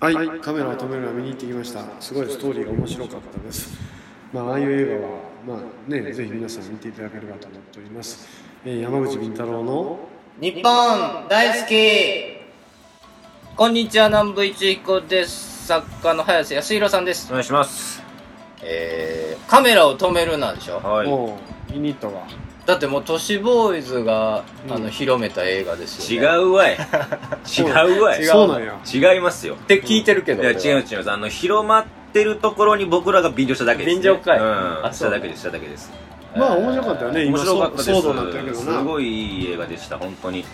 はい、カメラを止めるのは見に行ってきました。すごいストーリーが面白かったです。まあ、ああいう映画は、まあね、ぜひ皆さん見ていただければと思っております。えー山口敏太郎の、日本大好きこんにちは南部一彦です作家の早瀬康弘さんですお願いします。えー、カメラを止めるなんでしょはい。もう、ユニットが、だってもう都市ボーイズが、うんあの広めた映画です違よ、ね、うう わい。違うわい。そうなんや。違いますよ。って聞いてるけいどや、違う違う。あの、広まってるところに僕らが便乗しただけです、便ね。乗かいうん。ああ、しそうただけです、しただけです。まあ、面白かったよね。面今、白かったです。騒動になってるけどすな。ごいいい映画でした、本当に。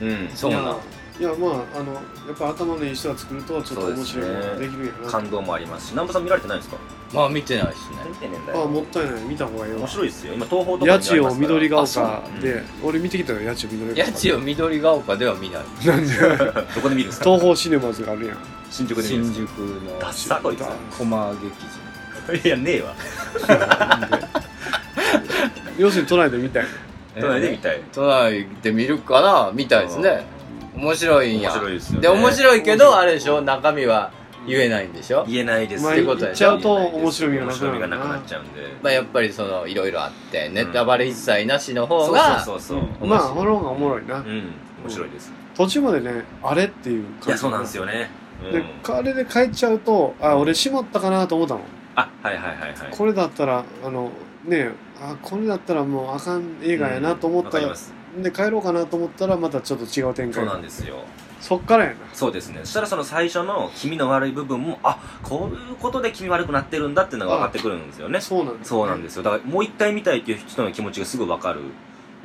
うん。そうなのいや、まあ、あの、やっぱ頭のいい人が作ると、ちょっと面白いものができるんやな。感動もありますし、南部さん見られてないんですかまあ見てないですね見てねえんだああ、よ。もったいない。見た方がいい面わ。白いですよ。今、東宝とかにもあ八りま千代すから緑が丘あそうで、俺見てきたよ、八千代緑が丘。八千代緑が丘では見ないなんで どこで見るんですか東宝シネマズがあるやん。新宿で見るん新ですか宿のダッサこいつ。駒劇いや、ねえわ。要するに都内で見たい。場都内で見たい。都内で見るかな見たいですね面白いん面や白いですよ、ね。で面白いけ面ど白いあれでしょ中身は言えないんでしょ言えないですまあよ言っちゃうと面白みがな面くなる白みがなくなっちゃうんでまあやっぱりそのいろいろあってネタバレ一切なしの方がそうそうそうそうまあ、ホローがおもろいなう。ん面白いです途中までね、あれっていう感じ。いやそうなんですよねうでん、あれで帰っちゃうと、あ、俺しまったかなと思ったもん。あはいはいはいはいこれだったら、あの、ねあ、これだったらもうあかん映画やなと思うんっわたかりらま、すで、帰ろうかなと思ったら、またちょっと違う展そう開な。んですよそっからやな。そうですねそしたらその最初の気味の悪い部分もあこういうことで気味悪くなってるんだっていうのが分かってくるんですよねそうなんです。そうなんですよだからもう一回見たいっていう人の気持ちがすぐ分かる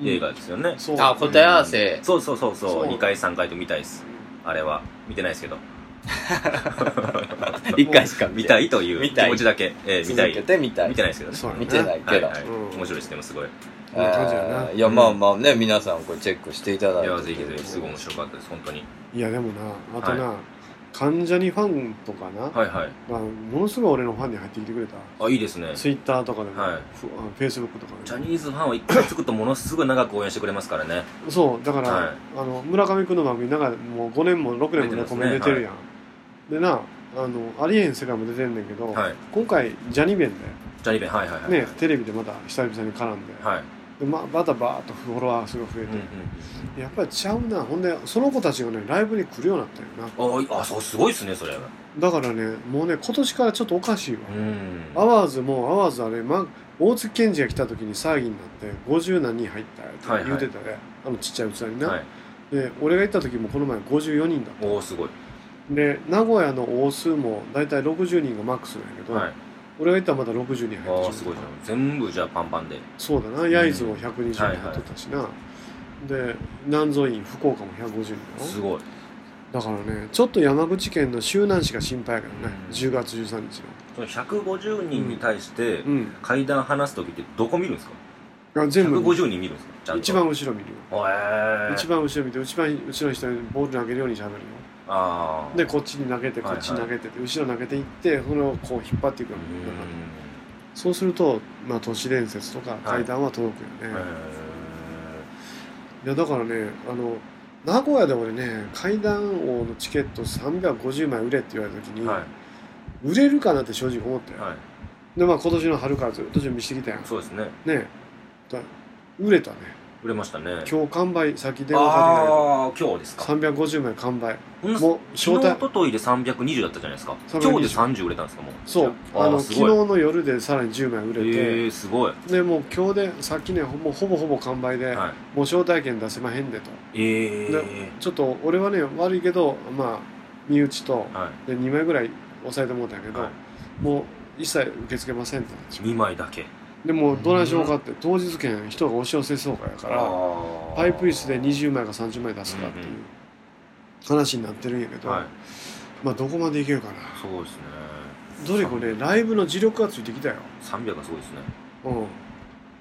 映画ですよねそう。あ答え合わせそうそうそうそそうう2回3回と見たいですあれは見てないですけ ど一回しか見たいいという見気たい持ちだけ、えー見続たいけて見たい見てないですけどねそうやな。見てないはけいどはいうん面白いですでもすごいいこんな感じやなあーいやうんまあまあね皆さんこれチェックしていただいてやぜひぜひすごい面白かったです本当にいや、でもな、あとな、関ジャニファンとかな、はいはいまあ、ものすごい俺のファンに入ってきてくれた。あいいですねツイッターとかでも、フはいェイスブックとかジでャもニーズファンは一回つくとものすごい長く応援してくれますからねそうだから、はいあの村上君の番組なんかもう5年も6年もレコメン出て出てますねるやん、でなあのありえへん世界も出てんねんけど、はい今回ジャニ弁ジャニーベンはいはいはでいねテレビでまた久々に絡んで,、はいでままたバーッとフォロワー数が増えうんて、やっぱりちゃうなほんでその子たちがねライブに来るようになったよなうんああそうすごいですねそれだからねもうね今年からちょっとおかしいわ、うんアワーズもアワーズあれ、ま、大月健二が来た時に騒ぎになって50何人入ったって言うてたね、あのちっちゃい器にな、はいで俺が行った時もこの前54人だおおすごいで名古屋の大数も大体60人がマックスなんやけど、はい俺が行ったらまだ60人入ってしまあっあたすごいじゃん全部じゃあパンパンでそうだな焼津も120人入ってたしな、で南蔵院福岡も150人だすろごいだからねちょっと山口県の周南市が心配やけどね、うん10月13日のその150人に対してうん階段話す時ってどこ見るんですかあ全部150人見るんですかちゃんと一番後ろ見るよ、へえ一番後ろ見て一番後ろの人にボール投げるようにしゃべるよああでこっちに投げてこっちに投げて、後ろ投げていってそれをこう引っ張っていくよううな、なんかんそうすると、まあ、都市伝説とかはい怪談は届くよね、い、へやだからねあの名古屋で俺ね怪談王のチケット350枚売れって言われた時ーに、はい売れるかなって正直思ったよ、はいでまあ今年の春からずっと準備してきたやんねそうですねだ売れたね売れましたね今日完売先電話かけてないああ今日ですかけど350枚完売ほんなもう昨招日待おとといで320だったじゃないですか今320日で30売れたんですかもうそうあーあのす昨ごい日の夜でさらに10枚売れて、ええすごいでもう今日でさっきねほもうほぼほぼ完売で、はもう招待券出せまへんでといええちょっと俺はね悪いけどまあ身内と、はで2枚ぐらい押さえてもうたんやけいど、はいもう一切受け付けませんってなって2枚だけでもうどないしようかって当日券人が押し寄せそうかやからあパイプ椅子で二20枚か30枚出すかっていううんうん話になってるんやけど、はいまあどこまでいけるかなそうですねどれこれライブの磁力がついてきたよ300がすごいですねうん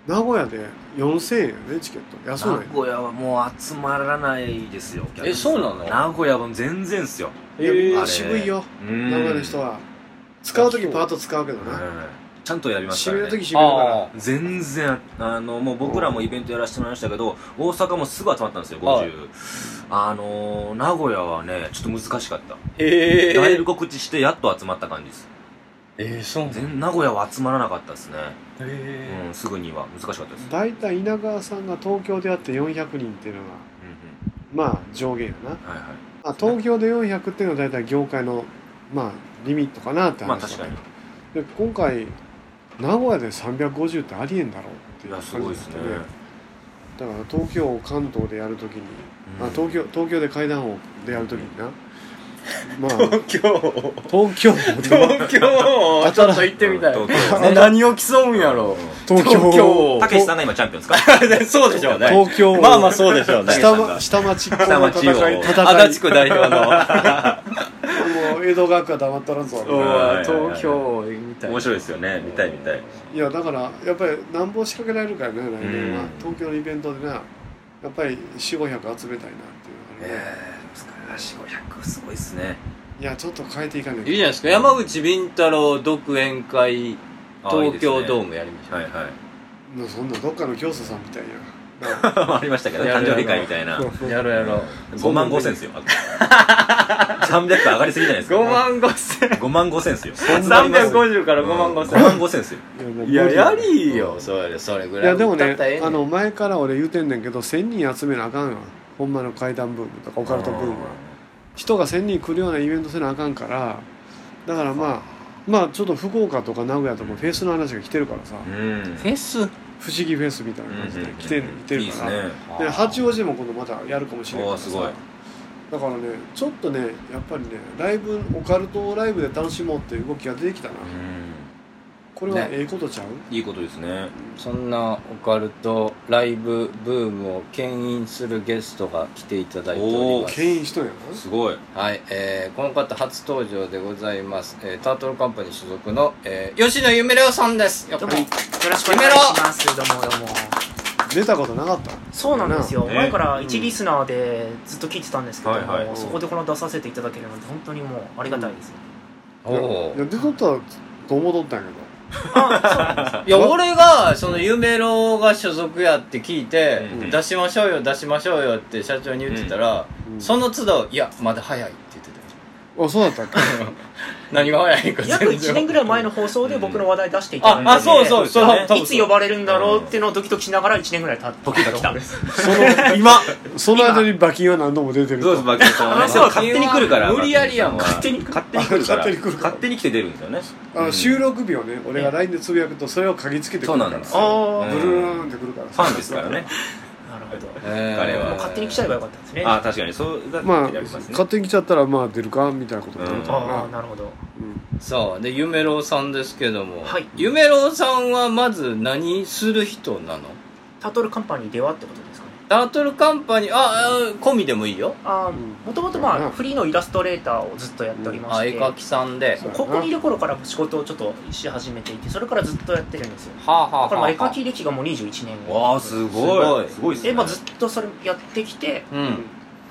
名古屋で4000円やねチケット安名いのよ古屋はもう集まらないですよえそうなの名古屋は全然っすよいやえーみんあなれ渋いよ名名古屋の人は使う時パート使うけどなはちゃんとやりまししたびねれた時しびれるからあ全然あのもう僕らもイベントやらせてもらいましたけど大阪もすぐ集まったんですよ50、はいあのー名古屋はねちょっと難しかったへだいぶ告知してやっと集まった感じですえー、そうなんだ全名古屋は集まらなかったですね、へうん、すぐには難しかったです、大体稲川さんが東京であって400人っていうのがうんまあ上限やなうんはいはいあ東京で400っていうのは大体業界のまあリミットかなって話まあだ確かにで今回名古屋で350ってありえんだろうっていいうや感じすごいですね、だっただから東京を関東でやるときに、うんあ東京東京で階段をでやるときにな、まあ 東京東京を東京をちょっと行ってみたいうん東京何を競うんやろ東東京を京たけしさんが今チャンピオンですかそうでしょうね東京をまあまあそうでしょうねたけし下さんまが下町っ子下の町を戦い戦い足立区代表のもう江戸川区は黙ったらんぞおはいーはいはい東京みたい面白いですよね見たい見たいいやだからやっぱりなんぼ仕掛けられるからね来年は、うん東京のイベントでなやっぱり4500集めたいなっていうのがあるねええ難しい500すごいですねいやちょっと変えていかないいいじゃないですか山口敏太郎独演会東京ドームやりましょうはいはい もうそんなどっかの教祖さんみたいやなありましたけどや誕るやる生日会みたいな やろうやろう5万5千ですよあと300上がりすぎじゃないですか5万5千5万5千ですよんなに350から5万5 5千万5千ですよいややりーよそれそれぐいらいやでもね歌ったらええんあの前から俺言うてんねんけど1000人集めなあかんわほんまの怪談ブームとかオカルトブームは人が1000人来るようなイベントせなあかんからだからまあまあちょっと福岡とか名古屋とかフェスの話が来てるからさうんフェス不思議フェスみたいな感じで来て,、来ていいるですからねで八王子も今度またやるかもしれないおかーらすごいさだからねちょっとねやっぱりねライブオカルトをライブで楽しもうっていう動きが出てきたなうんこれはねええことちゃう、いいことですねそんなオカルトライブブームを牽引するゲストが来ていただいております牽引しとんやなすごいはい、えー、この方初登場でございます、えー、タートルカンパニー所属の、えー、吉野ゆめろさんですやっどぱうも、よりろしくお願いします。どうもどうも。出たことなかったそうなんですよ。ね前から1リスナーでずっと聞いてたんですけども、はいはいそこでこの出させていただけるので、本当にもうありがたいです。おおいや出とったらと思うとったんやいや俺がそのゆめろが所属やって聞いて、うん出しましょうよ出しましょうよって社長に言ってたら、けど、うんその都度いやまだ早いって言ってたあそうだったっけ 何が早いか約1年ぐらい前の放送で僕の話題出していただいて、ああそうそうそうそうですそうよいつ呼ばれるんだろうっていうのをドキドキしながら1年ぐらい経って時が来たです。その今その間に馬琴は何度も出てるどうとですバッキーさんはあの人は勝手に来るから無理やりやんバッキーさんは勝手に来るから勝手に来る勝手に来て出るんですよねあの収録日をね俺が LINE でつぶやくとそれを嗅ぎつけてくそうるなかんらですあよあブールーンってくるからファンですからねなるほど。もう彼彼は勝手に来ちゃえばよかったですね。あああ確かにそうだまあやりますね勝手に来ちゃったらまあ出るかみたいなことになるからなあー、なるほど。うんさあでゆめろうさんですけども、はいゆめろうさんはまず何する人なのタートルカンパニーではってことですかね。タートルカンパニーああ込みでもいいよあもともとまあ、フリーのイラストレーターをずっとやっておりましあて、絵描きさんでそうここにいる頃から仕事をちょっとし始めていてそれからずっとやってるんですよはあ、はあだはあからまあ絵描き歴がもう21年わあすごいすすごいっすねで、まあ、ずっとそれやってきてうんうん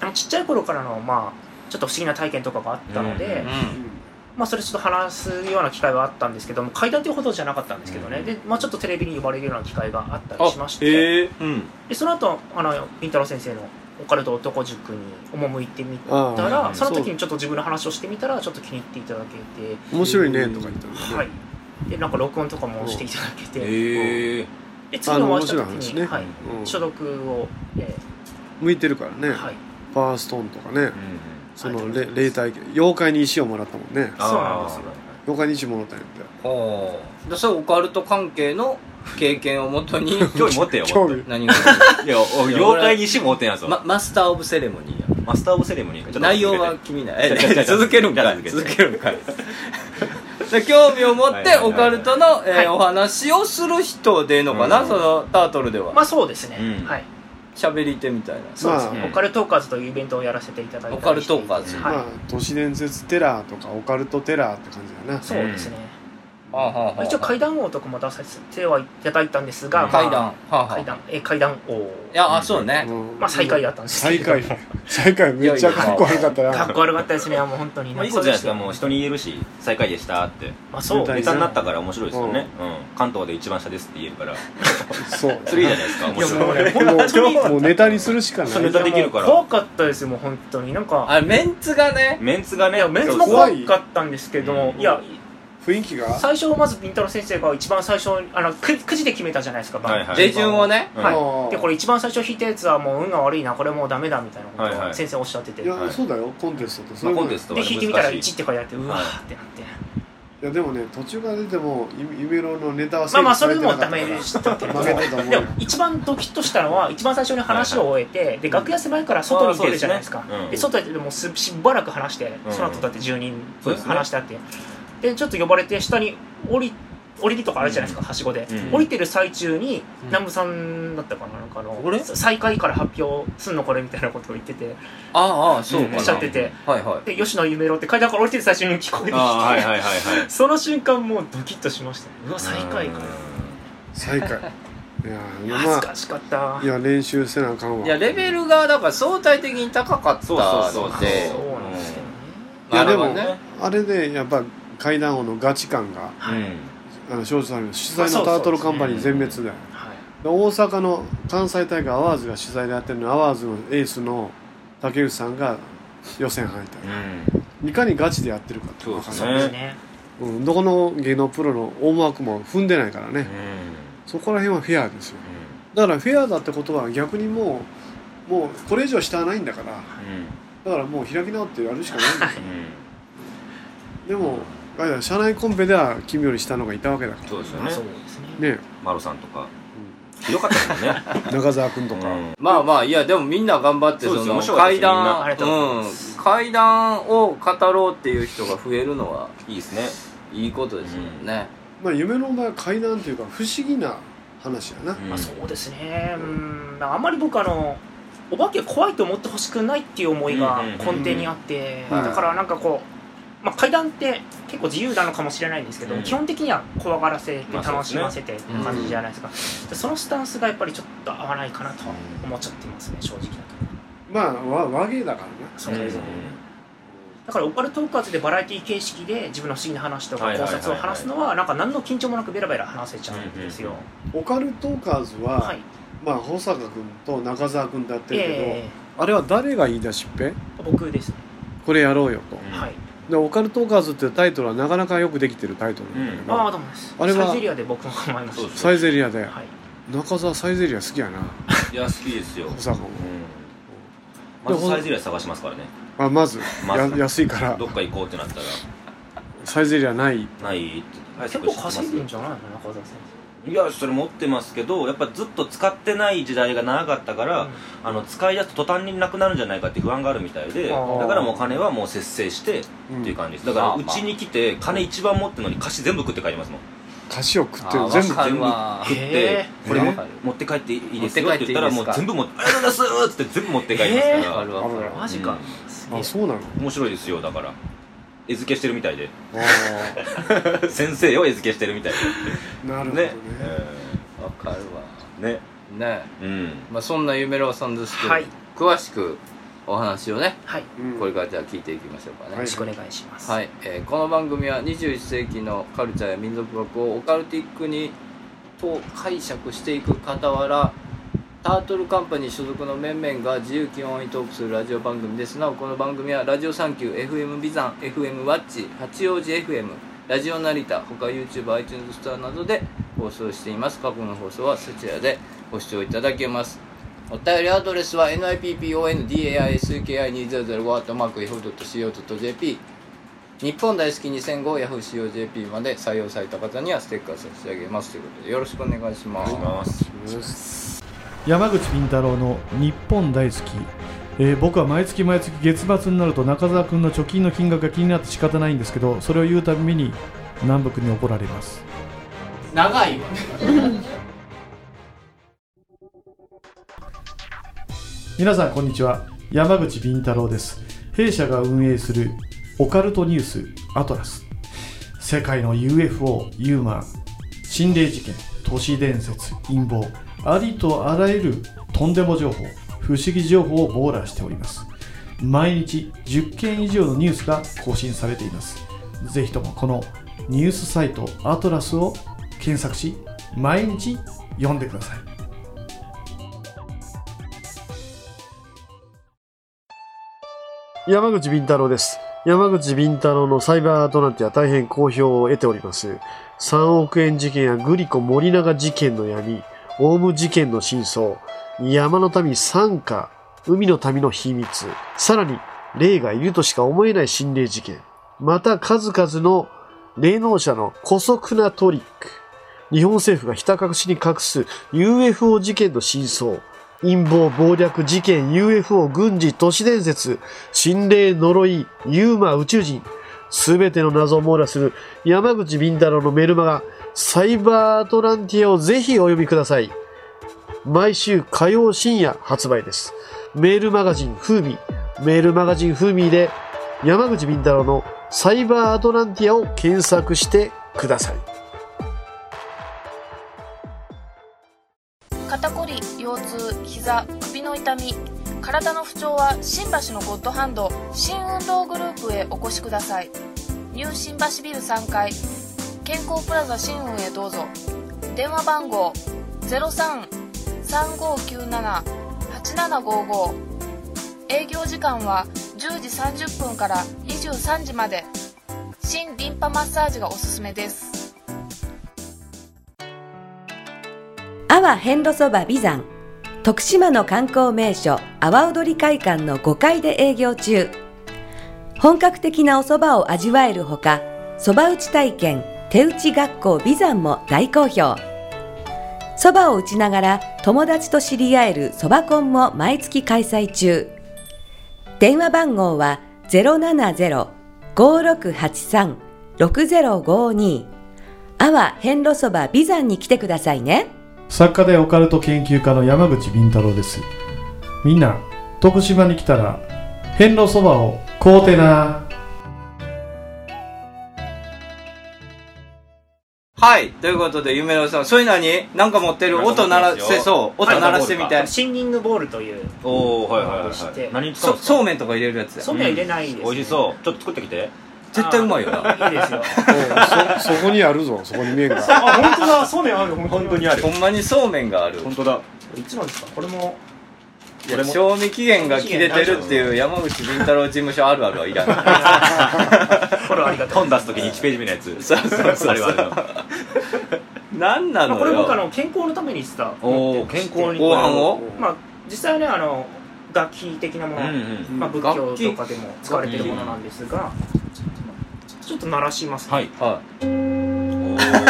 あのちっちゃい頃からのまあちょっと不思議な体験とかがあったので、うんまあ、それちょっと話すような機会はあったんですけども階段というほどじゃなかったんですけどね、うんで、まあ、ちょっとテレビに呼ばれるような機会があったりあしまして、ええうんでその後あのりんたろ先生のオカルト男塾に赴いてみたああらーその時にちょっと自分の話をしてみたらちょっと気に入っていただけて面白いねとか言ったらはねい。で、なんか録音とかもしていただけて、ええで、次のお会いしたあの面白い時話に、ねはい、うん所属を、え向いてるからねーはい、パワーストーンとかねそのれ霊体妖怪に石をもらったもんねそうなんですよ妖怪に石もらったんやってはあでそれオカルト関係の経験をもと に興味持ってよ興味何が、いやお妖怪にしも持てんやぞま、マスター・オブ・セレモニーやマスターオブセレモニーかちょっと内容は君なえ違う違う違う続けるんかい違う違う続けるんかいで興味を持はっいはいてはいオカルトの、えーはいお話をする人でいいのかな、うんそのタートルではまあそうですね、うんはい。喋り手みたいなそうですね、まあオカルトーカーズというイベントをやらせていただいて。オカルトーカーズはい。まあ都市伝説テラーとかオカルトテラーって感じだなそうですね。はあはあはあ一応階段王とかも出させてはいただいたんですうが、んまあ階段、はあはあ階段、えー、階段王。いやあそうね、うんまあ最下位だったんです最 けど下位最下位めっちゃかっこ悪かったなかっこ悪かったですねもう本当にまあいいことじゃないですかもう人に言えるし最下位でしたってまあそう大ネ事タになったから面白いですよね、うん、関東で一番下ですって言えるからそうそれいいじゃないですか面いやもう白ねいも本当にうもうネタにするしかないそれネタできるから怖かったですよもう本当になんかあれメンツがねメンツがいねやメンツも怖かったんですけどもうんいや雰囲気が最初まずりんたろー先生が一番最初にあの 9, 時で決めたじゃないですか番はいはい手順をねうんはいああでこれ一番最初弾いたやつはもう運が悪いなこれもうダメだみたいなこはいとはをい先生おっしゃってて、いや、はいそうだよコンテストってそまうあ、いうもんコよンテストでは弾ねいてみたら難し1って書いてあってうわーってなって、いやでもね途中から出てもゆ夢郎のネタはまあまあそ整れ理でさもてなかダったメでしたけれど負 もけてたもんでも一番ドキッとしたのは一番最初に話を終えて、で楽屋狭いから外に出るじゃないですかあーそうですねうんで外でもうすしばらく話して、うんその後だって10人そうですね話してあってでちょっと呼ばれて下に降り降りるとかあるじゃないですか、はしごで、うん降りてる最中に、うん南部さんだったかななんかあの俺最下位から発表すんのこれみたいなことを言っててああああそううんかおなっしゃっててはいはいで吉野夢郎って階段から降りてる最初に聞こえてきて、ああはいはいはいはい その瞬間もうドキッとしましたねうわ最下位かよ最下位いや恥ずまかしかったあいや練習せなあかんわいやレベルがだから相対的に高かったそうそうそうのでそうでなんですよねいやでもなるほどねあれでやっぱ階段王のガチ感がうんうんあの庄司さんの主催のタートルカンパニー全滅だよはいで大阪の関西大会アワーズが主催でやってるのにアワーズのエースの竹内さんが予選敗退うんいかにガチでやってるかって分かそんそうなういですですねうん、どこの芸能プロの思惑も踏んでないからね、そこら辺はフェアですよだからフェアだってことは逆にもうもうこれ以上下はないんだからだからもう開き直ってやるしか ないんだようんうんでもあれだよ社内コンペでは君より下の方がいたわけだかそうですよあそうねですねらね、マロさんとかひどかったですよ ねうん中澤君とか、うんまあまあいやでもみんな頑張ってそうそですよの面白かった階ですよみんな段ありがとうございまうん階段を語ろうっていう人が増えるのはいいですねいいことですよね、まあ夢の場合階段というか不思議な話やな、うんまあそうですねうんあんまり僕あのお化け怖いと思ってほしくないっていう思いがうんうんうん根底にあってうんだからなんかこうまあ階段って結構自由なのかもしれないんですけどうん基本的には怖がらせてまあそうで楽すしねませてって感じじゃないですかでそのスタンスがやっぱりちょっと合わないかなと思っちゃってますね正直なところまあ和和芸だからなそううでんすねだからオカルトークアーズでバラエティ形式で自分の不思議な話とかはいはいはい考はい察を話すのはなんか何の緊張もなくベラベラ話せちゃうんですようんうんオカルトーカーズは、はいまあ保坂君と中澤君とやってるけど、えあれは誰が言い出しっぺえ僕ですねこれやろうよと、うんはいで「オカルトーカーズ」っていうタイトルはなかなかよくできてるタイトルなんだけど、ああどうもですあれはサイゼリアで僕も構いまそうしでたすサイゼリアではい中澤サイゼリア好きやないや好きですよ保坂もうんまずサイゼリア探しますからねあまずまずや安いからどっか行こうってなったらサイゼリアないないって早結速構知ってます稼いでるんじゃないの中澤先いやそれ持ってますけどやっぱずっと使ってない時代が長かったから、うんあの使い出すと途端になくなるんじゃないかって不安があるみたいでだあーからもうお金はもう節制してうんっていう感じですだからまあうまあちに来て金一番持ってるのに貸し全部食って帰りますもん菓子を食ってあるー全部わか食るわ食っへてーこれもえー持って帰っていいですよって言ったら持もってう帰っていいですか全部持って「ありがとうございます!」って言って全部持って帰りますから、へあるわかる生あマジかすげえあそうな の面白いですよだから餌付けしてるみたいで あー先生を餌付けしてるみたいなるでほどねねわかるわえーねねうんまあそんな夢郎さんですけど、はい詳しくお話をねはいようんこれからじゃあ聞いていきましょうかね、はろしくお願いしますはい、えーこの番組は21世紀のカルチャーや民族学をオカルティックにと解釈していく傍らタートルカンパニー所属の面々が自由気温にトークするラジオ番組ですなおこの番組はラジオサンキュー FM ビザン FM ワッチ八王子 FM ラジオ成田他 YouTubeiTunes ストアなどで放送しています過去の放送はそちらでご視聴いただけますお便りアドレスは nippondai2005-yahoo.co.jp 日本大好き2005 yahoo.co.jp まで採用された方にはステッカー差し上げますということでよろしくお願いしまお願いすします山口敏太郎の日本大好き、えー僕は毎月毎月月末になると中澤君の貯金の金額が気になって仕方ないんですけどそれを言うたびに南北に怒られます長いわ皆さんこんにちは山口敏太郎です弊社が運営するオカルトニュースアトラス世界の UFO ユーマー心霊事件都市伝説陰謀ありとあらゆるとんでも情報不思議情報を網羅しております毎日10件以上のニュースが更新されていますぜひともこのニュースサイトアトラスを検索し毎日読んでください山口敏太郎です。山口敏太郎のサイバーアトランティア大変好評を得ております。3億円事件やグリコ森永事件の闇、オウム事件の真相、山の民参加、海の民の秘密、さらに霊がいるとしか思えない心霊事件、また数々の霊能者の古速なトリック、日本政府がひた隠しに隠 す UFO 事件の真相、陰謀、暴略、事件、UFO、軍事、都市伝説、心霊、呪い、ユーマ、宇宙人、すべての謎を網羅する山口敏太郎のメルマガ、サイバーアトランティアをぜひお読みください。毎週火曜深夜発売です。メールマガジンフーミー、メールマガジンフーミーで山口敏太郎のサイバーアトランティアを検索してください。肩こり腰痛膝首の痛み体の不調は新橋のゴッドハンド新運動グループへお越しくださいニュー新橋ビル3階健康プラザ新運へどうぞ電話番号0335978755営業時間は10時30分から23時まで新リンパマッサージがおすすめです阿波遍路そば美山徳島の観光名所阿波踊り会館の5階で営業中本格的なお蕎麦を味わえるほか蕎麦打ち体験手打ち学校美山も大好評蕎麦を打ちながら友達と知り合える蕎麦コンも毎月開催中電話番号は070-5683-6052阿波遍路そば美山に来てくださいね作家でオカルト研究家の山口敏太郎ですみんな徳島に来たら遍路そばを買うてな はいということで夢のさんそういうのに何か持ってる音鳴らせそう音鳴らしてみたいシンギングボールというおおはいはいはいそしはてい何に使そうんですかそうめんとか入れるやつやそうめんは入れないです、ね美味しそうちょっと作ってきて絶対うまいよなあーいいですよそ、こにあるぞ、そこに面が。あ本当だそうめんある本当にあるほんまにそうめんがある本当だいつなんですかこれもいや賞味期限が切れてるっていう山口敏太郎事務所あるあるはいらないこれはありがたい本出す時に1ページ目のやつそうそうそうあれはあれの何 なのまあ、これ僕あよの健康のためにしたおお健康にご飯をまあ実際はねあの楽器的なもうの、んうんまあ、仏教とかでも使われてるものなんですがちょっと鳴らします、はいはお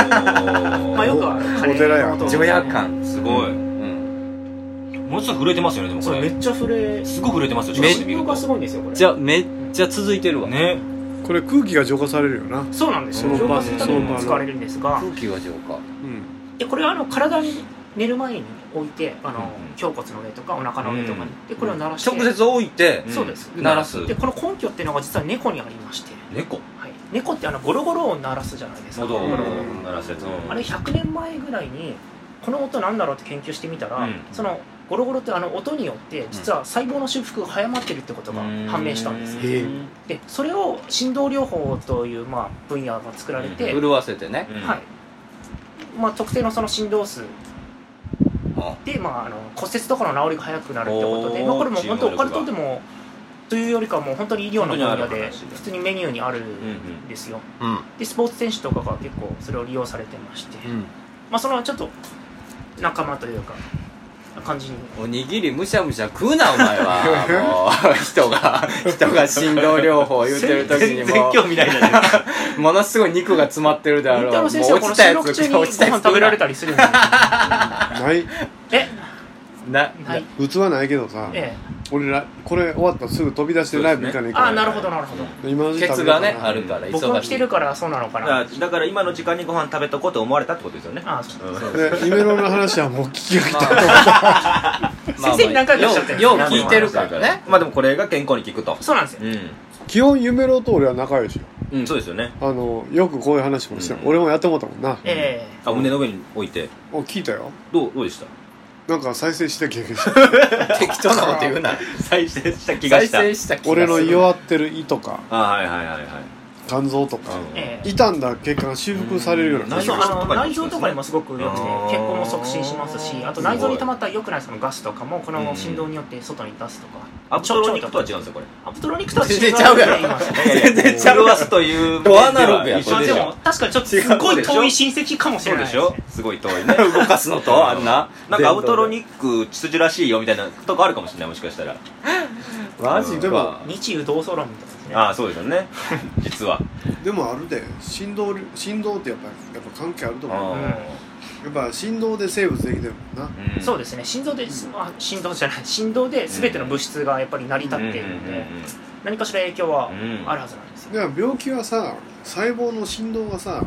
まあ、よーくあるカレーの音いと除か夜感すごいうんものすごい震えてますよねでもこそうめれっちゃ震えすごい震えてますよめ近くで見る振動とがすごいんですよこれじゃあめっちゃ続いてるわねこれ空気が浄化されるよな。そうなんですよそ浄の場化するためにも使われるんですが空気が浄化うん。でこれはあの体に寝る前に置いてあのうん胸骨の上とかお腹の上とかにうんでこれを鳴らして直接置いてうんそうです鳴らすでこの根拠っていうのが実は猫にありまして、猫はい、猫ってあのゴロゴロ音鳴らすじゃないですか喉をうん鳴らすやつうんあれ100年前ぐらいにこの音なんだろうって研究してみたら、うんそのゴロゴロってあの音によって実は細胞の修復が早まってるってことが判明したんですよへえでそれを振動療法という、まあ、分野が作られて、潤わせてねうんはいまあ、特定のその振動数あで、まあ、あの骨折とかの治りが早くなるってことで、おーまあ、これも本当治療力オカがルトでもというよりかはもう本当に医療の分野本当にあるで話で普通にメニューにあうるんうんんですようんでスポーツ選手とかが結構それを利用されてまして、まあ、そのちょっと仲間というか感じにおにぎりむしゃむしゃ食うなお前はもう人が人が振動療法言ってる時に全然も興味ないじゃないですかうものすごい肉が詰まってるであ太ろうもう郎先生はこ落のちたや収録つ中にご落ちたや飯つ食べられたりするんですよない。 えなはい器ないけどさ、ええ俺ら、これ終わったらすぐ飛び出してライブ行かないから。ああなるほどなるほど今の時ケツがねあるから僕は忙来しているからそうなのかだなからだから今の時間にご飯食べとこうと思われたってことですよねああそううんで、イメロの話はもう聞き飽き また。あ先生に何回かおっしゃってるんですようねよう聞いてるから ねまあでもこれが健康に効くとそうなんですよう基本イメロと俺は仲良しよ。ん、うん、そうですよねあの、よくこういう話もして、うん俺もやってもうたもんな。ええあ胸の上に置いてお、聞いたよ。どうどうでしたなんか再生した気がする適当なこと言うな再生した気が再した生した気がする俺の弱ってる胃とかあはいはいはいはい肝臓とかええ傷んだ血管が修復されるような内そう臓あとのかにも内臓とかにもすごく良くてあー血行も促進しますしあと内臓に溜まった良くないそのガスとかもこうのん振動によって外に出すとかアプトロニクとは違うんですよこれアプトロニクとは違う全然ちゃうやろって言いますね全然ちゃうわすというドアナログや一こまあ緒れででしもょ確かにちょっとすごい遠い親戚かもしそれうなでいですしねょすごい遠いね動かすのとあん ななんかアウトロニック血筋らしいよみたいなとこあるかもしれないもしかしたらマジでもか日中同窓論みたいですねああそうですよね 実はでもあるで振動り振動ってやっぱやっぱ関係あると思うあやっぱ振動で生物できてるもんなーうんそうですね心臓で、あ心臓じゃない心臓で全ての物質がやっぱり成り立っているので、何かしら影響はうんあるはずなんですよ、では病気はさ細胞の振動がさ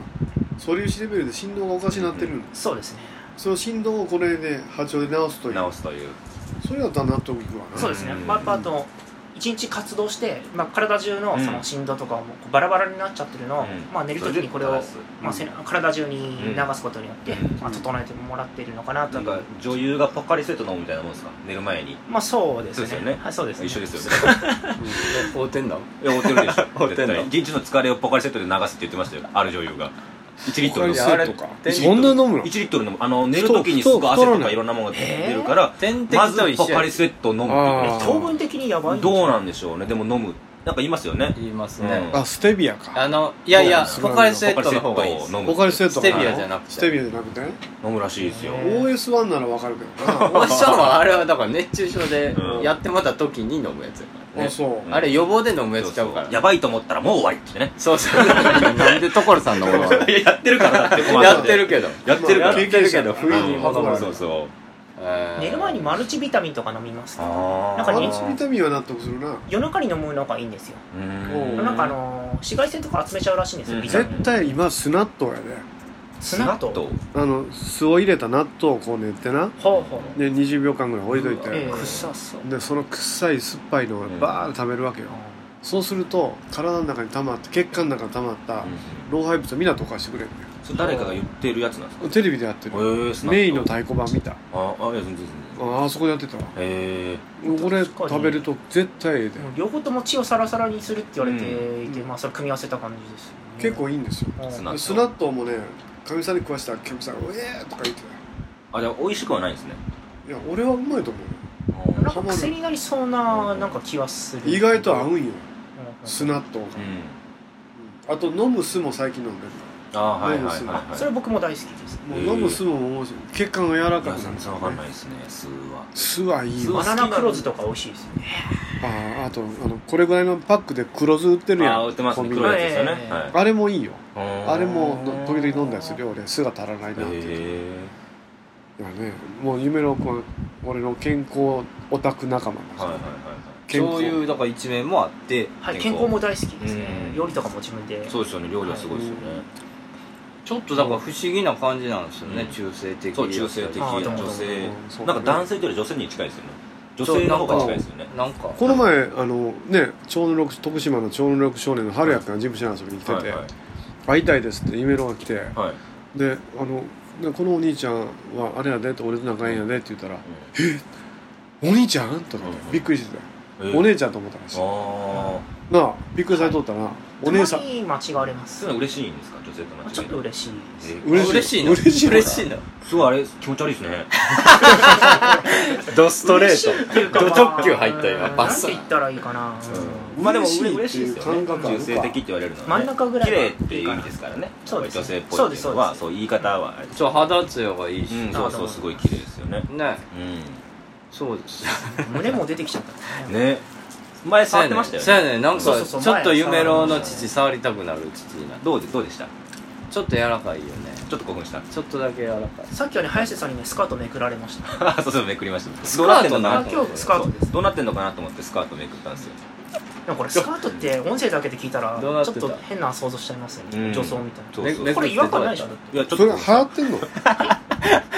素粒子レベルで振動がおかしになってるのそうですねその振動をこれで波長で直すという直すというそれだったら納得いくわそうなですね、うんまあ、やっぱあと一日活動して、まあ、体中のうんその振動とかもこうバラバラになっちゃってるのを、うんまあ、寝るときにこれを、そでまあ、せ体中に流すことによって、うんまあ、整えてもらっているのかなとないんうか女優がポカリスエット飲むみたいなもんですか寝る前にまあそうですそねうですよねはい、そうですね一緒ですよね合うてんの いや思ってるでしょ合ってんの一日の疲れをポカリスエットで流すって言ってましたよある女優が1リットルポカリのスエ1ッあれとか点そんな飲むのリットルのあの寝る時にすぐ汗とかいろんなものが出るから点滴まずと一ポ緒やカリスエットを飲むってあー当分的にやばいんじゃないどうなんでしょうねでも飲むなんか言いますよね言いますうんねあステビアかあのいやいやそうポなんカリですスエットの方がいいでポすカリスエットを飲むポカリスエットかステビアじゃなくてステビアじゃなくて飲むらしいですよね OS1 ならわかるけどなおっしゃんはあれはだから熱中症でうんやってもらった時に飲むやつやかねあそううんらあれ予防で飲むやそつうちゃうそからうやばいと思ったらもう終わりってねそうそうなんで所さんの方が やってるからだっ てやってるけどやってるからやってるけど不意に戻らるないそうそう寝る前にマルチビタミンとか飲みますかあなんかマねルチビタミンは納得するな夜中に飲むのがいいんですようんなんかあのー紫外線とか集めちゃうらしいんですうよんビタミン絶対今酢納豆やでスナットあの酢を入れた納豆をこう練ってなほうほうで20秒間ぐらい置いというんてええ臭そうでその臭い酸っぱいのをバーッと食べるわけよそうすると体の中に溜まって血管の中に溜まった老廃物をみんな溶かしてくれるんだよそれ誰かが言ってるやつなんですかテレビでやってるええスナットメインの太鼓判見たああいや全然全然ああそこでやってたわへえ俺食べると絶対ええでもう両方とも血をサラサラにするって言われていて、うんまあそれ組み合わせた感じですよね結構いいんですようん砂スナットもねかみさんに食わしたらかみさんが「うえー!」とか言ってあじゃあ美味しくはないんですねたいや俺はうまいと思うよなんか癖になりそうななんか気はする意外と合ううんんようんスナットがう、んあと飲む酢も最近飲んでるあはいはいはいあはいそれ僕も大好きですもう飲む酢も面白い血管が柔らかくな全る然わかんないですね酢は酢はいい酢はわバナナクローズとか美味しいですよねあーあとあのこれぐらいのパックで黒酢売ってるやんあ売ってますコンねビニ黒いやつですよねええはいあれもいいよあれもへの時々飲んだりするよ俺酢が足らないなっていうえいやねもう夢の子は俺の健康オタク仲間なんですはいよはいはい健康そういうだから一面もあってはい健康も大好きですねうん料理とかも自分でそうですよね料理はすごいですよねちょっとだから不思議な感じなんですよね、うん中性的そう中性的あーでも女性うんそうなだんねか男性というより女性に近いですよね女性の方が近いですよねなんかこの前あのね超能力徳島の超能力少年の春也君が事務所に遊びに来てて、はいはい会いたいですって夢のが来てはいであのでこのお兄ちゃんはあれやでって俺と仲いいんやでって言ったら「お兄ちゃん?」とか言っうてんびっくりしてたよ、うんお姉ちゃんと思ったらしいあなあびっくりされとったな、お姉さんたまに間違われまあそすういうの嬉しいんですか女性と間違えまあるちょっと嬉しいですえ嬉しい嬉しいの嬉しいの嬉しいのすごいあれ気持ち悪いですねドストレ嬉しいーっていうかトドまあ特急入ったよ今うんバッなんてサ言ったらいいかなうんまあでも嬉しい嬉しいですよっていうね感覚あるか中性的って言われるのは真ねん中ぐらい綺が麗っていう意味ですからねそうです女性っぽいっていうのはそう言い方はあれちょ肌つやがいいし、うんねそうそうすごい綺麗ですよねそうです胸も出てきちゃったうんね前触ってましたよそうやねねなんかちそうそうそうょっと前夢郎の父触りたくなる父になるどうでどうでしたちょっと柔らかいよねちょっと興奮した ちょっとだけ柔らかいさっきはね早瀬さんにねスカートめくられましたあそうそうめくりましたスカートどうななってんのかなと今日スカートですどうなってんのかなと思ってスカートめくったんですよでもこれスカートって音声だけで聞いたらちどうなってょったと変な想像しちゃいますようんね女装みたいそうなそうめこれ違和感ないでしょいやちょっとそれ流行ってんの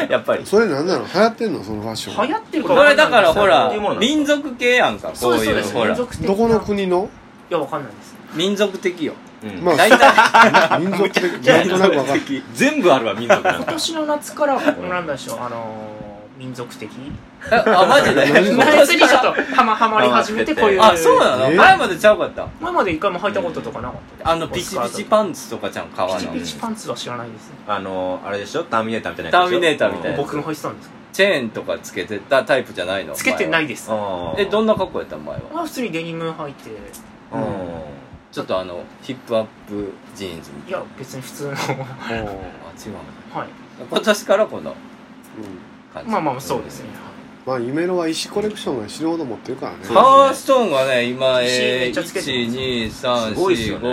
やっぱりそれ何なの流行ってんのそのファッション流行ってるかこれだからほどういうらものなの民族系やんかこそううですそういでうすほ民ら族的どなこの国のいやわかんないです民族的ようんまあ大体民族的なんとなく分かる全部あるわ民族なん今か年の夏からなんだでしょうあのー民族的 あ、マジで何なやつにちょっとはまはまり始めてこういうあ、そうなのえ前までちゃうかった。前まで一回も履いたこととかなかったあの、ピチピチパンツとかじゃん、革ピチの。ピチパンツは知らないですねあのあれでしょターミネーターみたいなターミネーターみたいな僕も履いてたんですけチェーンとかつけてたタイプじゃないの。どつけてないいですなえ、どんんな格好やった前は。まあ普通にデニム履いてうちょっとあの、ヒップアップジーンズみたいや別に普通の はおーいな。あ、違うの。い今年からこの感じ。まあまあそうですねまあ夢のは石コレクションが死ぬほど持ってるからねパワーストーンがね、今、石めえっちゃつけてますー、すごいっすよね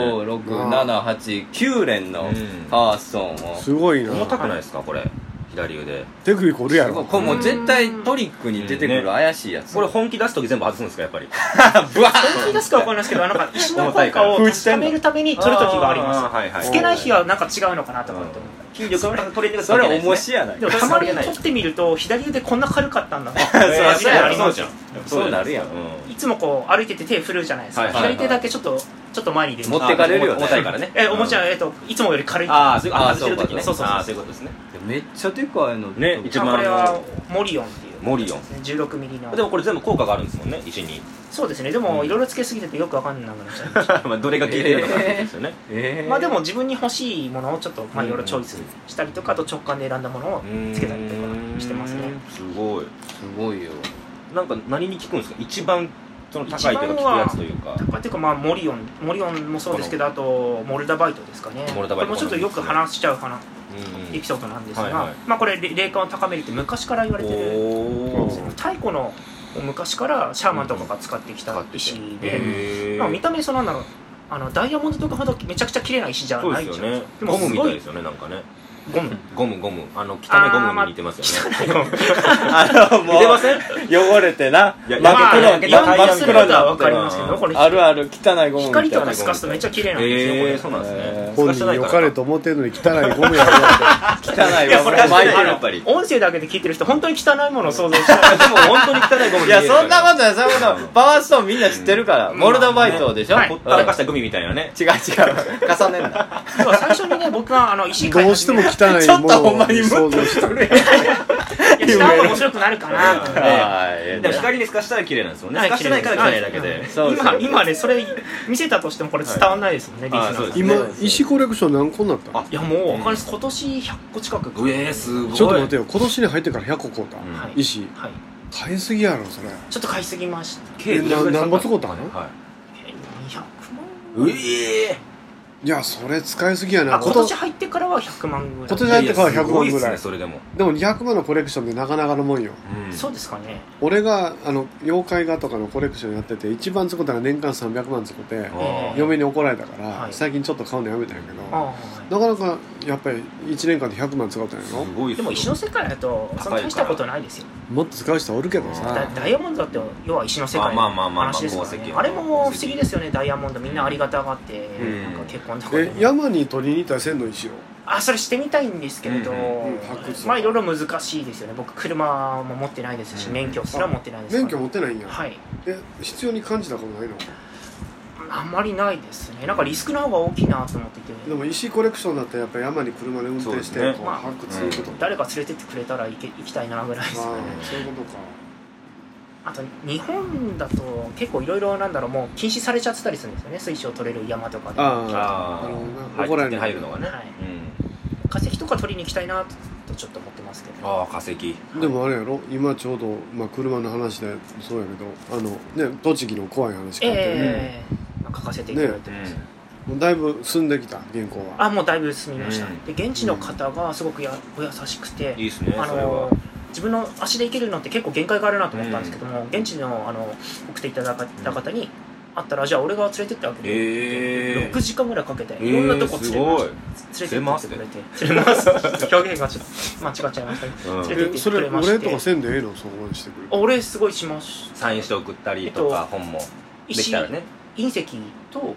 1,2,3,4,5,6,7,8,9連のんパワーストーンを。すごいな重たくないですかこれ左腕手首こるやろこれもう絶対トリックに出てくる怪しいやつ。これ本気出す時全部外すんですかや っぱりブワーン本気出すかわかんないですけどなんか石の効果を確かめるために取る時がありますはいはいつけない日はなんか違うのかなとかって思う筋力がトレーニングそれ面白いやないでもたまに取ってみると左腕こんな軽かったんだなそうみたいなのありそまうすじゃんそうなるやんいつもこう歩いてて手振るじゃないですはかいはいはい左手だけちょっとちょっと前に出る持ってかれるよね重たいからねえおもちゃえっといつもより軽いああそういうこと外してる時ねそうそうそうああそういうことですねめっちゃでかいのね一あ番これはモリオンっていうモリオン16ミリのでもこれ全部効果があるんですもんね石にそうですねでもいろいろつけすぎててよくわかんなくなっちゃいまし まあどれが効いてるのかってことですよねえたーまあでも自分に欲しいものをちょっとまあいろいろチョイスしたりとかあと直感で選んだものをつけたりとかしてますねすごいすごいよなんか何に効くんですか一番その高いというか効くやつというか高いっていうかまあモリオンモリオンもそうですけどあとモルダバイトですかねモルダバイトこれもちょっとよく話しちゃう話うんエピソードなんですが、はいはいまあこれれ霊感を高めるって昔から言われてるおー太古の昔からシャーマンとかが使ってきた石で、へまあ、見た目そのなんだろうあのダイヤモンドとかほどめちゃくちゃ綺麗な石じゃそうなですいじゃよんねでもゴムすみたごいいですよねなんかねゴムゴムゴムあの汚あいゴームに似てますよね汚 いゴムあのも似てませんう汚れてないや真まっあ黒言わん真とっする黒ことはだ分かりますけどこれあるある汚いゴムみ光たといかな透かすとめっちゃ綺麗なんですよ、ええこそうなんですね本人良かれと思ってんのに汚いゴムやろ汚いいやこれはマイ汚いクやロっぱりれ音声だけで聞いてる人本当に汚いものを想像してでも本当に汚いゴムいやそんなこととないそんなことパワーストーンみんな知ってるからうんモルダバイトでしょはいうんほ違う違うったらかしたグミみたいなね重ねんな最初にね僕はあの石買いどうしても汚ちょいっもとほんのまをにム想ッ像とししててるいやした方が面白くなるかなと思ってはいでも光に透かしたら綺麗なんですよねは透いかしてないから汚いだけはいでそうそう今今ねそれ見せたとしてもこれ伝わんないですもんね、リスナーあーそうさですんい今石コレクション何個になったあやもうわかんないです今年100個近くうえーすごいちょっと待ってよ今年に入ってから100個買うた、うんはい石はい買いすぎやろそれちょっと買いすぎました計どれぐらいな何本使ったのは200い万うえーいやそれ使いすぎやなあこ今と年入ってからは100万今ぐらい年入ってから100すごいっすねぐらいそれでもでも200万のコレクションでなかなかのもんようんそうですかね俺があの妖怪画とかのコレクションやってて一番作ったら年間300万作ってあー嫁に怒られたから、はい最近ちょっと買うのやめたんやけああ、どはなかなかやっぱり1年間で100万使うたんやろすごいい、っすよでも石の世界だとそんな大したことないですよもっと使う人おるけどさだダイヤモンドだって要は石の世界まのあまあまあまあ話ですから、ね宝、石あれも不思議ですよねダイヤモンドみんなありがたがって、んなんか結婚とかえで山に取りに行ったら千の石をあそれしてみたいんですけれど、うんうんうん発掘まあいろいろ難しいですよね僕車も持ってないですし、免許すら持ってないですから免許持ってないんや、はいえ必要に感じたことないのあんまりないですねなんかリスクの方が大きいなと思っててでも石コレクションだったらやっぱり山に車で運転してそうですねこう発掘すること、誰か連れてってくれたら行け行きたいなぐらいですよあねあそういうことかあと日本だと結構いろいろなんだろうもう禁止されちゃってたりするんですよね水晶取れる山とかで、はああなるほどな怒入られ手るに入るのがねい、うん化石とか取りに行きたいなとちょっと思ってますけどああ化石でもあれやろ今ちょうど、まあ、車の話でそうやけどあの、ね、栃木の怖い話からって、ええまあ書かせていただいてます、もうだいぶ進んできた原稿はあもうだいぶ進みました、うんで現地の方がすごくやお優しくて、いいっすねそれあはの自分の足で行けるのって結構限界があるなと思ったんですけども、現地のあの送っていただいた方に会ったらじゃあ俺が連れてってあげる、え6時間ぐらいかけてえいろんなとこす連れ,、ごい連れてってくれて連れ回す 表現がちょっと間違っちゃいましたけどうん連れてえそれくれまして俺とかせんでええのそこまでしてくるあ俺すごいしますサインして送ったりとえかっ本もでき石たらね隕石とうん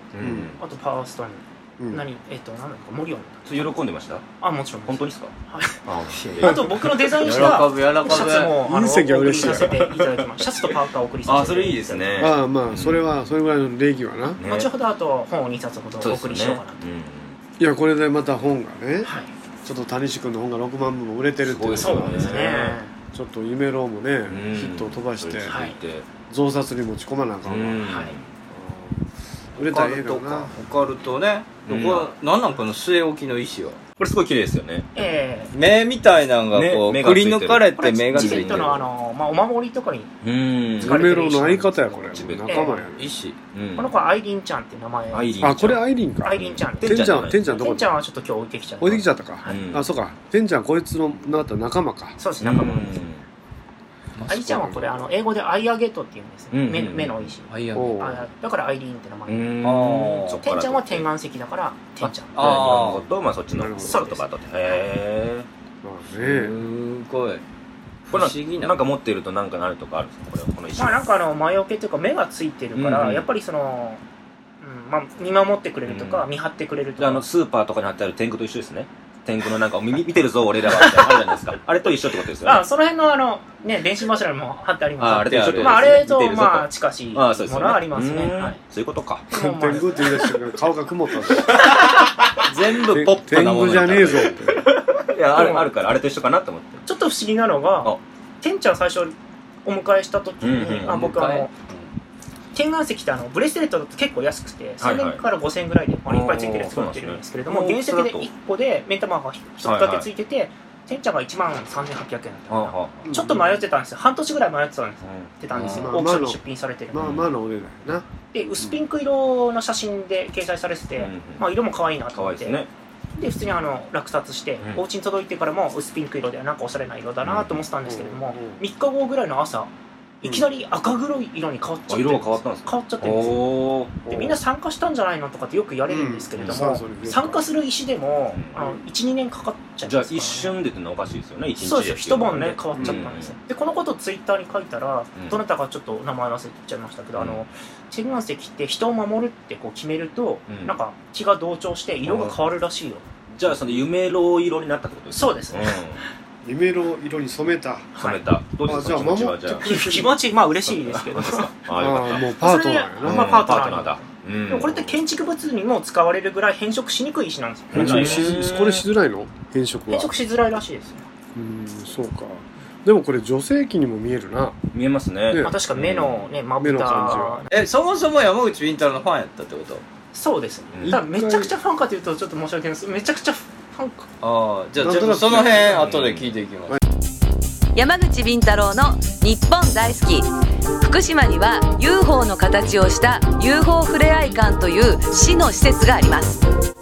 あとパワーストーンうん何えっ、と何だかモリオンだそれ喜んでましたあもちろん本当にですかはいああと僕のデザイン喜しぶ喜たシぶャツもあの隕石はお送り嬉しいさせていただきますシャツとパーカーをお送りさせてあそれいいですねああまあそれはそれぐらいの礼儀はな、ね後ほどあと本を2冊ほどそうおです送ねりしようかなと、いやこれでまた本がねはいちょっと谷志君の本が6万部も売れてるってすごいいでうすそうなんですねねちょっと夢郎もね、んヒットを飛ばしてうんはい増刷に持ち込まなあかんわ、うんはい売れオカたらええルのトになかオカルトねこうんれは何なんかの据え置きの意思はこれすごい綺麗ですよねえ目みたいなのがこう、ねくり抜かれー、これて目がつチいてベるットのあの、まあ、お守りとかに、うん疲れ夢郎の相方やこれ自分仲間やね、意思うんこの子はアイリンちゃんって名前。アイリンあこれアイリンかアイリンちゃんで。てんちゃんててんんちゃんどてこんちゃんだはちょっと今日置いてきちゃう。置いてきちゃったか、うんあそうかてんちゃんこいつのなった仲間かそうですうね、ん仲間です。アイリンちゃんはこれ、あの、英語でアイアゲットって言うんですよ。うん目目の石。あいやおうあだからアイリンって名う前。んあーそっかてらんちゃんは天眼石だから、てんちゃん。あああとまあそっちのなるほどそうとかとってへえまあねすごいこ不思れな議ななんか持ってるとなんかなるとかあるんですかこれこの石まあなんかあの魔除けというか目がついてるから、うんやっぱりその、うんまあ、見守ってくれるとか、うん見張ってくれるとでかあのスーパーとかに貼ってある天狗と一緒ですね天狗のなんかお耳見てるぞ俺らはみたいなのあるじゃないですかあれと一緒ってことですよねあその辺のあの、ね、電信柱にも貼ってありますああれと一緒ってことですねまあ、あれと見てるぞまあ近しいもああそうですよのねはありますね。うんはいそういうことかもうま天狗って言い出してるから顔が曇ったんだ全部ポよップ天なもの狗じゃねえぞっていやあるあるからあれと一緒かなと思ってあちょっと不思議なのあが、てんちゃん最初お迎えした時に、うんうんあ僕あ迎えの、天眼石ってあのブレスレットだと結構安くてはい3000円から5000円ぐらいで、あのおーいっぱいついてるやつ売ってるんですけれども、そうなんで原す石ねで1個で目玉が1つだけついてて、てんちゃんが1万3800円だったかな、はちょっと迷ってたんですよ半年ぐらい迷ってたんですあはってたんですよ、うんオークションに出品されてる、まあまあのお値段やなで薄ピンク色の写真で掲載されてて、うんうんまあ、色も可愛いなあとかわ思いいっでてすねで普通にあの落札して、うんお家に届いてからも薄ピンク色でなんかおしゃれな色だなと思ってたんですけれども、うんうん3日後ぐらいの朝いきなり赤黒い色に変わっちゃってるあ色が変わったんですか変わっちゃってるんですよおおでみんな参加したんじゃないのとかってよく言われるんですけれども、うんそうそう参加する石でも、あの12年かかっちゃいじゃあますからね一瞬でってのはおかしいですよね一日そうですよ一晩でね変わっちゃったんですよ、でこのことをツイッターに書いたら、うんどなたかちょっと名前忘れちゃいましたけど、あうんのチェン岩石って人を守るってこう決めると、うんなんか気が同調して色が変わるらしいよ、じゃあその夢ろう色になったってことですそうですねね、夢の色に染めた染めたどうですあじゃか気あ持ちはじゃあ守っ気持ちまあ嬉しいですけどどうですかああよかあっあたもうパートナーやそれなでまあパートナーだうんでもこれって建築物にも使われるぐらい変色しにくい石なんですよ変変色色ししこれしづらいの変色は変色しづらいらしいですよ、うんそうかでもこれ女性器にも見えるな見えますねねまあ、確か目のねま目のぶた感えそもそも山口敏太郎のファンやったってことそうですねうんただめちゃくちゃファンかというとちょっと申し訳ないですめちゃくちゃファンかああじゃあなんちょとっなとくその辺後で聞いていきます山口敏太郎の日本大好き福島には UFO の形をした UFO ふれあい館という市の施設があります